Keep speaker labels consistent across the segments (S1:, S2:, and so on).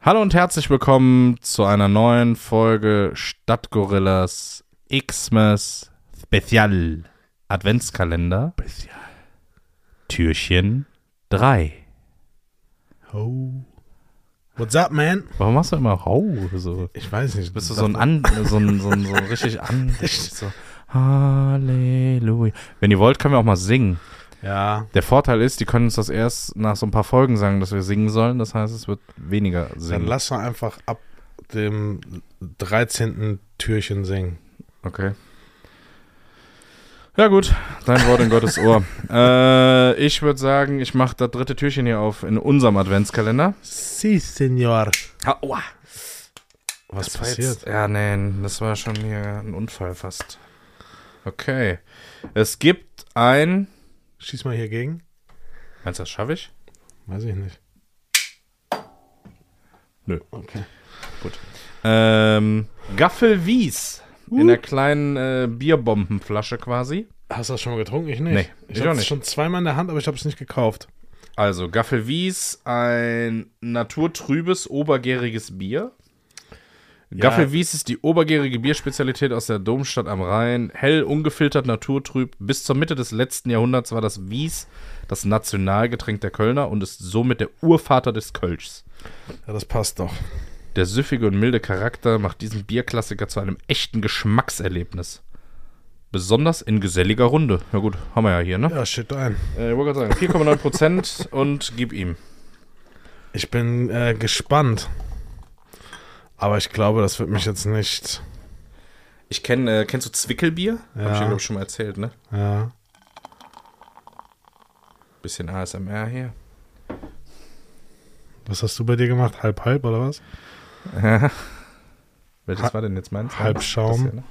S1: Hallo und herzlich willkommen zu einer neuen Folge Stadtgorillas Xmas Special Adventskalender Türchen 3.
S2: Oh. What's up, man?
S1: Warum machst du immer rau so?
S2: Ich weiß nicht.
S1: Bist du so ein, an, so ein, so ein, so ein richtig an. So. Halleluja. Wenn ihr wollt, können wir auch mal singen.
S2: Ja.
S1: Der Vorteil ist, die können uns das erst nach so ein paar Folgen sagen, dass wir singen sollen. Das heißt, es wird weniger
S2: Dann
S1: singen.
S2: lass doch einfach ab dem 13. Türchen singen.
S1: Okay. Ja gut, dein Wort in Gottes Ohr. äh, ich würde sagen, ich mache das dritte Türchen hier auf in unserem Adventskalender.
S2: Si, Senor.
S1: Ha, oah.
S2: Was
S1: war jetzt-
S2: passiert?
S1: Ja, nein, das war schon hier ein Unfall fast. Okay. Es gibt ein.
S2: Schieß mal hier gegen.
S1: Meinst du, das schaffe ich?
S2: Weiß ich nicht.
S1: Nö.
S2: Okay.
S1: Ähm, Gaffelwies.
S2: Uh.
S1: In der kleinen äh, Bierbombenflasche quasi.
S2: Hast du das schon mal getrunken? Ich nicht.
S1: Nee,
S2: ich
S1: ich
S2: habe
S1: auch nicht.
S2: es schon zweimal in der Hand, aber ich habe es nicht gekauft.
S1: Also Gaffelwies, ein naturtrübes, obergäriges Bier. Gaffelwies ist die obergärige Bierspezialität aus der Domstadt am Rhein. Hell, ungefiltert, naturtrüb. Bis zur Mitte des letzten Jahrhunderts war das Wies das Nationalgetränk der Kölner und ist somit der Urvater des Kölschs.
S2: Ja, das passt doch.
S1: Der süffige und milde Charakter macht diesen Bierklassiker zu einem echten Geschmackserlebnis. Besonders in geselliger Runde. Na gut, haben wir ja hier, ne?
S2: Ja, shit ein.
S1: Äh, ich wollte gerade sagen, 4,9 Prozent und gib ihm.
S2: Ich bin äh, gespannt. Aber ich glaube, das wird mich jetzt nicht.
S1: Ich kenne, äh, kennst du Zwickelbier? Hab ich
S2: Ja.
S1: dir, glaube ich, schon mal erzählt, ne?
S2: Ja.
S1: Bisschen ASMR hier.
S2: Was hast du bei dir gemacht? Halb halb oder was?
S1: Welches war denn jetzt meins?
S2: Halbschaum.
S1: Das hier, ne?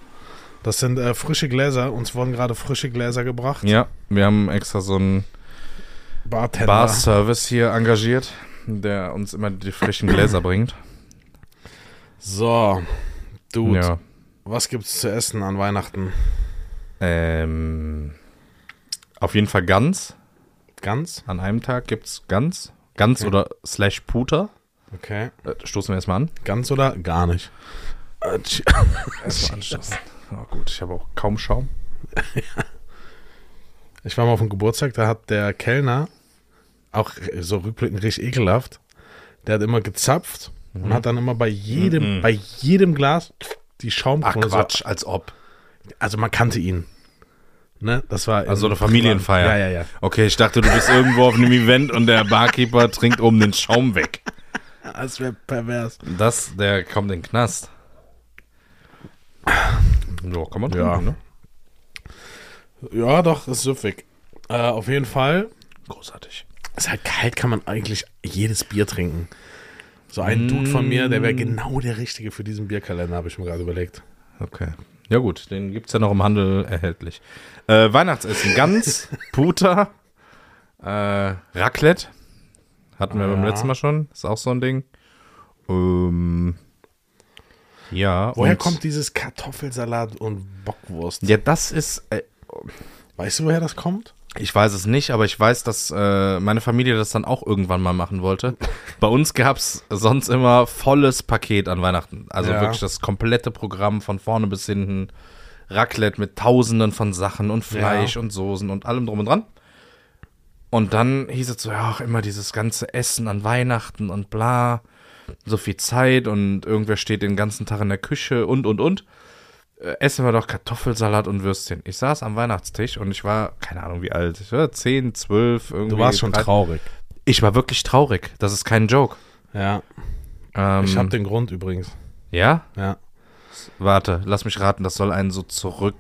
S2: Das sind äh, frische Gläser. Uns wurden gerade frische Gläser gebracht.
S1: Ja, wir haben extra so einen
S2: Bartender.
S1: Bar-Service hier engagiert, der uns immer die frischen Gläser bringt.
S2: So, Dude,
S1: Ja.
S2: was gibt's zu essen an Weihnachten?
S1: Ähm, auf jeden Fall Gans.
S2: Gans?
S1: An einem Tag gibt's Gans. Gans
S2: Okay.
S1: oder slash Puter.
S2: Okay.
S1: Äh, stoßen wir erstmal an.
S2: Gans oder gar nicht? Äh, tsch-
S1: Erstmal anstoßen. Oh, gut, ich habe auch kaum Schaum.
S2: Ich war mal auf dem Geburtstag, da hat der Kellner, auch so rückblickend richtig ekelhaft, der hat immer gezapft
S1: Mhm.
S2: und hat dann immer bei jedem, bei jedem Glas die Schaumkrone. so-
S1: als ob.
S2: also man kannte ihn. Ne? Das war in-
S1: Also so eine Familienfeier.
S2: Ja, ja, ja.
S1: Okay, ich dachte, du bist irgendwo auf einem Event und der Barkeeper trinkt oben den Schaum weg.
S2: Das wäre pervers.
S1: Das, der kommt in den Knast. Ja, kann man trinken,
S2: Ja.
S1: ne?
S2: Ja, doch, ist süffig. Äh, auf jeden Fall
S1: Großartig.
S2: Ist halt kalt, kann man eigentlich jedes Bier trinken. So
S1: Mm.
S2: ein Dude von mir, der wäre genau der Richtige für diesen Bierkalender, habe ich mir gerade überlegt.
S1: Okay. Ja gut, den gibt's ja noch im Handel erhältlich. Äh, Weihnachtsessen, Gans, Puter, äh, Raclette. Hatten wir beim
S2: Ja.
S1: letzten Mal schon. Ist auch so ein Ding. Ähm, ja.
S2: Woher
S1: und-
S2: kommt dieses Kartoffelsalat und Bockwurst?
S1: Ja, das ist... Äh,
S2: Weißt du, woher das kommt?
S1: Ich weiß es nicht, aber ich weiß, dass äh, meine Familie das dann auch irgendwann mal machen wollte. Bei uns gab's sonst immer volles Paket an Weihnachten. Also
S2: Ja.
S1: wirklich das komplette Programm von vorne bis hinten. Raclette mit tausenden von Sachen und Fleisch
S2: Ja.
S1: und Soßen und allem drum und dran. Und dann hieß es so, ja, auch immer dieses ganze Essen an Weihnachten und bla, so viel Zeit und irgendwer steht den ganzen Tag in der Küche und, und, und. Äh, Essen wir doch Kartoffelsalat und Würstchen. Ich saß am Weihnachtstisch und ich war, keine Ahnung wie alt, ich war 10, 12, irgendwie. dreizehn.
S2: traurig.
S1: Ich war wirklich traurig, das ist kein Joke.
S2: Ja,
S1: Ähm,
S2: ich habe den Grund übrigens.
S1: ja?
S2: Ja.
S1: Warte, lass mich raten, das soll einen so zurück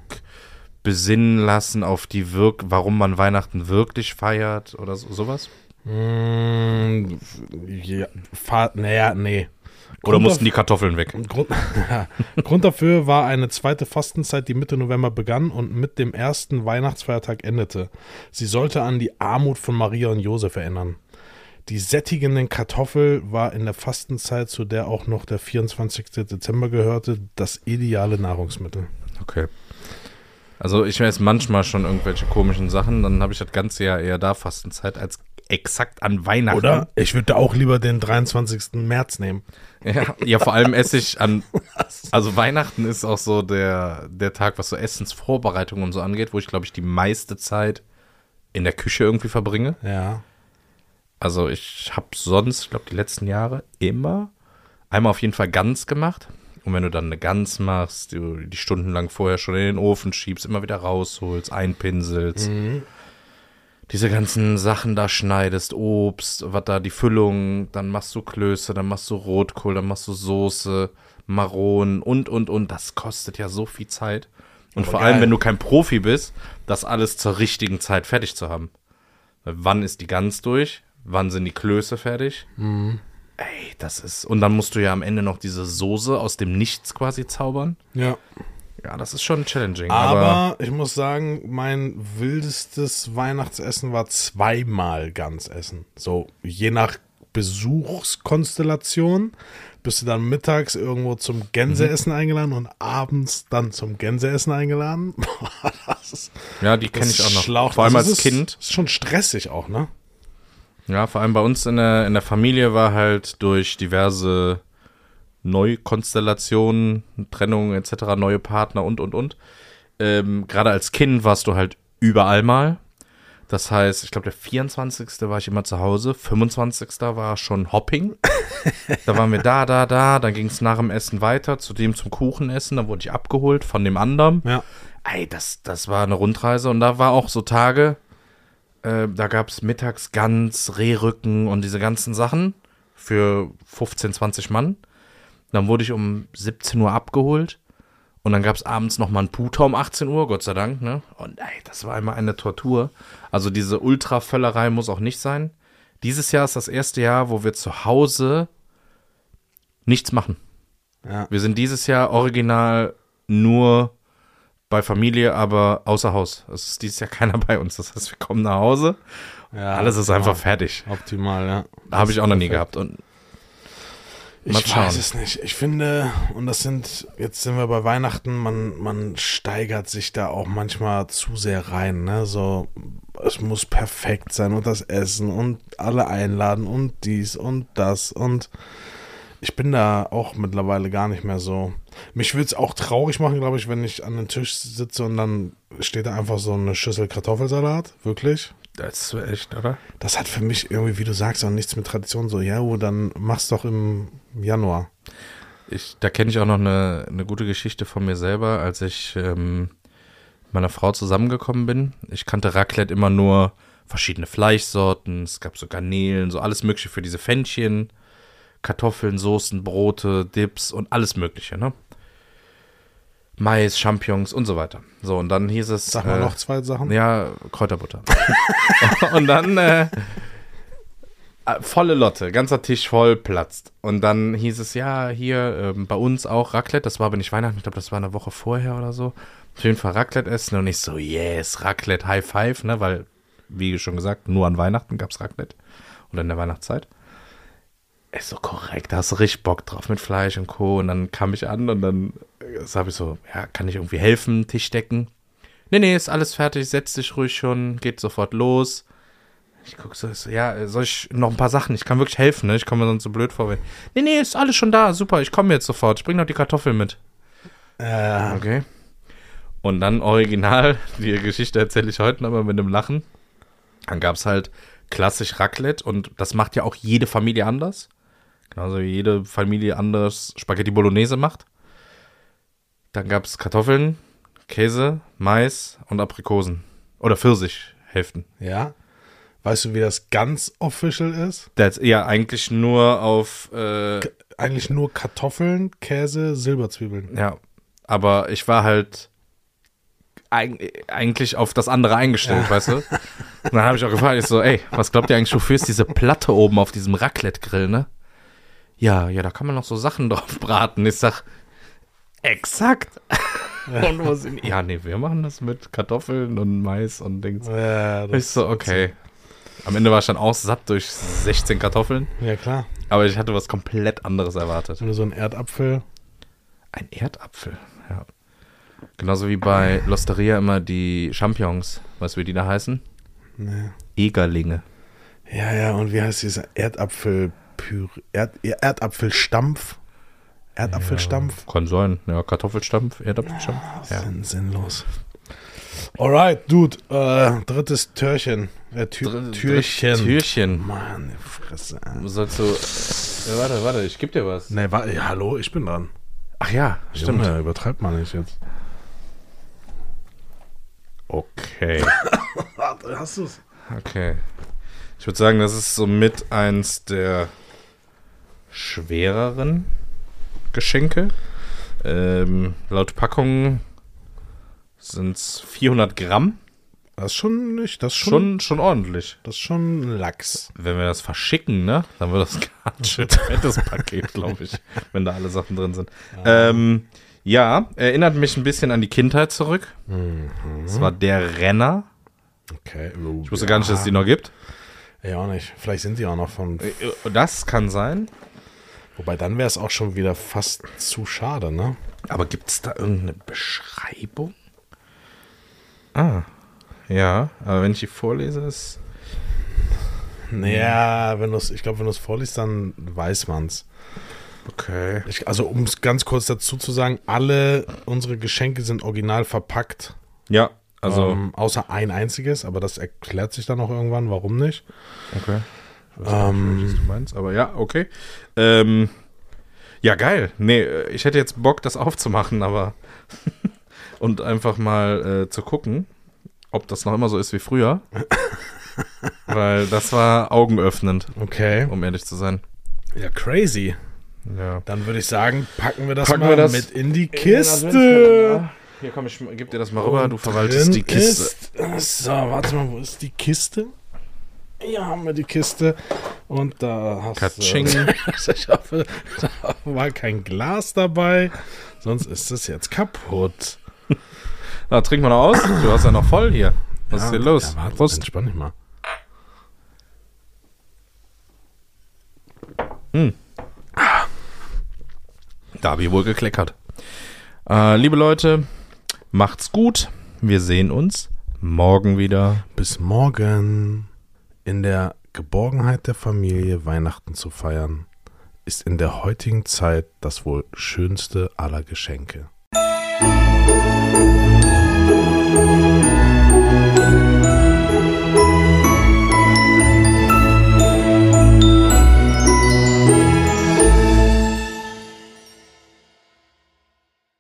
S1: besinnen lassen auf die Wirk, warum man Weihnachten wirklich feiert oder so, sowas?
S2: Mm, ja Fahrt, naja, nee.
S1: Oder
S2: Grund
S1: mussten die Kartoffeln weg?
S2: Und Grund, Grund dafür war eine zweite Fastenzeit, die Mitte November begann und mit dem ersten Weihnachtsfeiertag endete. Sie sollte an die Armut von Maria und Josef erinnern. Die sättigenden Kartoffel war in der Fastenzeit, zu der auch noch der 24. Dezember gehörte, das ideale Nahrungsmittel.
S1: Okay. Also ich weiß manchmal schon irgendwelche komischen Sachen, dann habe ich das ganze Jahr eher da Fastenzeit als exakt an Weihnachten.
S2: Oder? Ich würde auch lieber den 23. März nehmen.
S1: Ja, ja, vor allem esse ich an. Also Weihnachten ist auch so der, der Tag, was so Essensvorbereitung und so angeht, wo ich, glaube ich, die meiste Zeit in der Küche irgendwie verbringe.
S2: Ja.
S1: Also ich habe sonst, ich glaube, die letzten Jahre immer einmal auf jeden Fall ganz gemacht. Und wenn du dann eine Gans machst, die du die stundenlang vorher schon in den Ofen schiebst, immer wieder rausholst, einpinselst,
S2: Mhm.
S1: diese ganzen Sachen da schneidest, Obst, was da die Füllung, dann machst du Klöße, dann machst du Rotkohl, dann machst du Soße, Maronen und, und, und. Das kostet ja so viel Zeit. Und
S2: Aber
S1: vor
S2: geil.
S1: allem, wenn du kein Profi bist, das alles zur richtigen Zeit fertig zu haben. Weil Wann ist die Gans durch? Wann sind die Klöße fertig? Ey, das ist. Und dann musst du ja am Ende noch diese Soße aus dem Nichts quasi zaubern.
S2: Ja.
S1: Ja, das ist schon challenging.
S2: Aber,
S1: Aber,
S2: ich muss sagen, mein wildestes Weihnachtsessen war zweimal ganz essen. So, je nach Besuchskonstellation bist du dann mittags irgendwo zum Gänseessen
S1: Mhm.
S2: eingeladen und abends dann zum Gänseessen eingeladen. das ist,
S1: ja, die kenne
S2: das
S1: ich auch noch.
S2: schlaucht.
S1: Vor allem
S2: Also,
S1: als
S2: es ist,
S1: Kind.
S2: Ist schon stressig auch, ne?
S1: Ja, vor allem bei uns in der, in der Familie war halt durch diverse Neukonstellationen, Trennungen etc., neue Partner und, und, und. Ähm, Gerade als Kind warst du halt überall mal. Das heißt, ich glaube, der 24. war ich immer zu Hause, 25. war schon Hopping. da waren wir da, da, da, dann ging es nach dem Essen weiter, zu dem zum Kuchenessen, dann wurde ich abgeholt von dem anderen.
S2: Ja.
S1: Ey, das, das war eine Rundreise und da war auch so Tage, äh, da gab es mittags Gans, Rehrücken und diese ganzen Sachen für 15, 20 Mann. Dann wurde ich um 17 Uhr abgeholt und dann gab es abends nochmal einen Puter um 18 Uhr, Gott sei Dank. Ne? Und ey, das war einmal eine Tortur. Also diese Ultraföllerei muss auch nicht sein. Dieses Jahr ist das erste Jahr, wo wir zu Hause nichts machen.
S2: Ja.
S1: Wir sind dieses Jahr original nur bei Familie, aber außer Haus. Es ist dieses Jahr keiner bei uns. Das heißt, wir kommen nach Hause.
S2: ja
S1: Alles ist
S2: genau.
S1: einfach fertig.
S2: Optimal, ja.
S1: Habe ich auch noch nie gehabt. Und Mal
S2: Ich
S1: schauen.
S2: weiß es nicht. Ich finde, und das sind, jetzt sind wir bei Weihnachten, man, man steigert sich da auch manchmal zu sehr rein, ne? So, es muss perfekt sein und das Essen und alle einladen und dies und das und ich bin da auch mittlerweile gar nicht mehr so. Mich würde es auch traurig machen, glaube ich, wenn ich an den Tisch sitze und dann steht da einfach so eine Schüssel Kartoffelsalat, wirklich.
S1: das ist echt, oder?
S2: Das hat für mich irgendwie, wie du sagst, auch nichts mit Tradition. So, ja, oh, dann mach's doch im Januar.
S1: Ich, da kenne ich auch noch eine, eine gute Geschichte von mir selber, als ich ähm, mit meiner Frau zusammengekommen bin. Ich kannte Raclette immer nur verschiedene Fleischsorten, es gab so Garnelen, so alles Mögliche für diese Fännchen, Kartoffeln, Soßen, Brote, Dips und alles Mögliche, ne? Mais, Champignons und so weiter. So, und dann hieß es.
S2: Sag mal
S1: äh,
S2: noch zwei Sachen.
S1: Ja, Kräuterbutter. und dann äh, äh, volle Lotte, ganzer Tisch voll platzt. Und dann hieß es ja hier ähm, bei uns auch Raclette. Das war aber nicht Weihnachten, ich glaube, das war eine Woche vorher oder so. Auf jeden Fall Raclette essen und ich so, yes, Raclette, High Five, ne? Weil, wie schon gesagt, nur an Weihnachten gab's Raclette. Oder in der Weihnachtszeit. Ist so korrekt, da hast du richtig Bock drauf mit Fleisch und Co. Und dann kam ich an und dann habe ich so, ja, kann ich irgendwie helfen, Tisch decken? Nee, nee, ist alles fertig, setz dich ruhig schon, geht sofort los. Ich guck so, ich so, ja, soll ich noch ein paar Sachen? Ich kann wirklich helfen, ne? Ich komme mir sonst so blöd vor. Wenn, nee, nee, ist alles schon da, super, ich komme jetzt sofort. Ich bring noch die Kartoffeln mit.
S2: Äh,
S1: Okay. Und dann original, die Geschichte erzähle ich heute nochmal mit einem Lachen. Dann gab es halt klassisch Raclette und das macht ja auch jede Familie anders. Genauso wie jede Familie anders Spaghetti Bolognese macht. Dann gab es Kartoffeln, Käse, Mais und Aprikosen. Oder Pfirsichhälften.
S2: ja. Weißt du, wie das ganz official ist?
S1: Das ist eher eigentlich nur auf. Äh,
S2: Eigentlich nur Kartoffeln, Käse, Silberzwiebeln. Äh,
S1: ja, aber ich war halt eig eigentlich auf das andere eingestellt, weißt du? Und dann habe ich auch gefragt, ich so, ey, was glaubt ihr eigentlich, wofür ist diese Platte oben auf diesem Raclette-Grill, ne? Ja, ja, da kann man noch so Sachen drauf braten. Ich sag, exakt. und wo sind, ja, nee, wir machen das mit Kartoffeln und Mais und Dings.
S2: Äh,
S1: Ich
S2: das,
S1: so, okay. Am Ende war ich dann auch satt durch 16 Kartoffeln,
S2: ja, klar.
S1: aber ich hatte was komplett anderes erwartet.
S2: Wenn du so einen Erdapfel.
S1: Ein Erdapfel, ja. Genauso wie bei Losteria immer die Champignons, weißt du, wie die da heißen?
S2: Nee.
S1: Egerlinge.
S2: Ja, ja, und wie heißt dieser Erdapfel Erd Erdapfelstampf? Erdapfelstampf?
S1: Kann sein. Ja, Kartoffelstampf, Erdapfelstampf. Ja.
S2: Sinn- Sinnlos. Alright, Dude. Äh, drittes Türchen. Äh, Tü
S1: Dr-
S2: Türchen.
S1: Türchen.
S2: Meine Fresse.
S1: Sollst du. Äh, warte, warte, ich geb dir was.
S2: Ne, wa- ja, hallo, ich bin dran.
S1: Ach ja,
S2: Stimmt. Junge, übertreibt man nicht jetzt.
S1: Okay.
S2: Hast du's?
S1: Okay. Ich würde sagen, das ist somit eins der schwereren Geschenke. Ähm, laut Packung sind es 400 Gramm.
S2: Das ist schon nicht, das ist schon,
S1: Schon, schon ordentlich.
S2: das ist schon Lachs.
S1: Wenn wir das verschicken, ne, dann wird das ganz schön fettes Paket, glaube ich, wenn da alle Sachen drin sind. Ähm, ja, erinnert mich ein bisschen an die Kindheit zurück. Es war der Renner.
S2: Okay. oh,
S1: Ich wusste gar nicht, dass es die noch gibt.
S2: Ja, auch nicht. Vielleicht sind die auch noch von.
S1: Äh, Das kann sein.
S2: Wobei, dann wäre es auch schon wieder fast zu schade, ne?
S1: Aber gibt es da irgendeine Beschreibung? Ah, ja. Aber wenn ich die vorlese, ist. Mhm.
S2: Ja, wenn du's, ich glaube, wenn du es vorliest, dann weiß man's.
S1: Okay.
S2: Ich, also, um es ganz kurz dazu zu sagen, alle unsere Geschenke sind original verpackt.
S1: Ja, also.
S2: Ähm, außer ein einziges, aber das erklärt sich dann auch irgendwann, warum nicht.
S1: okay. Ähm, was du meinst, aber ja, okay. Ähm, ja, geil. Nee, äh, ich hätte jetzt Bock, das aufzumachen, aber. und einfach mal äh, zu gucken, ob das noch immer so ist wie früher. Weil das war augenöffnend,
S2: Okay.
S1: um ehrlich zu sein.
S2: Ja, crazy.
S1: Ja.
S2: Dann würde ich sagen, packen wir das
S1: Packen
S2: mal
S1: wir das
S2: mit in die
S1: Kiste.
S2: Kiste.
S1: Hier komm, ich geb dir das mal rüber, du
S2: Und
S1: verwaltest
S2: drin
S1: die Kiste.
S2: Ist, äh, so, warte mal, wo ist die Kiste? Hier haben wir die Kiste. Und da hast
S1: Katsching.
S2: du. ich hoffe, da war kein Glas dabei. Sonst ist es jetzt kaputt.
S1: Na, trink mal noch aus. Du hast ja noch voll hier. Was ist
S2: Ja,
S1: hier los?
S2: Ah, Ja, warte,
S1: Prost.
S2: Entspann dich mal.
S1: Da hab ich wohl gekleckert. Äh, liebe Leute, macht's gut. Wir sehen uns morgen wieder.
S2: Bis morgen. In der Geborgenheit der Familie Weihnachten zu feiern, ist in der heutigen Zeit das wohl schönste aller Geschenke.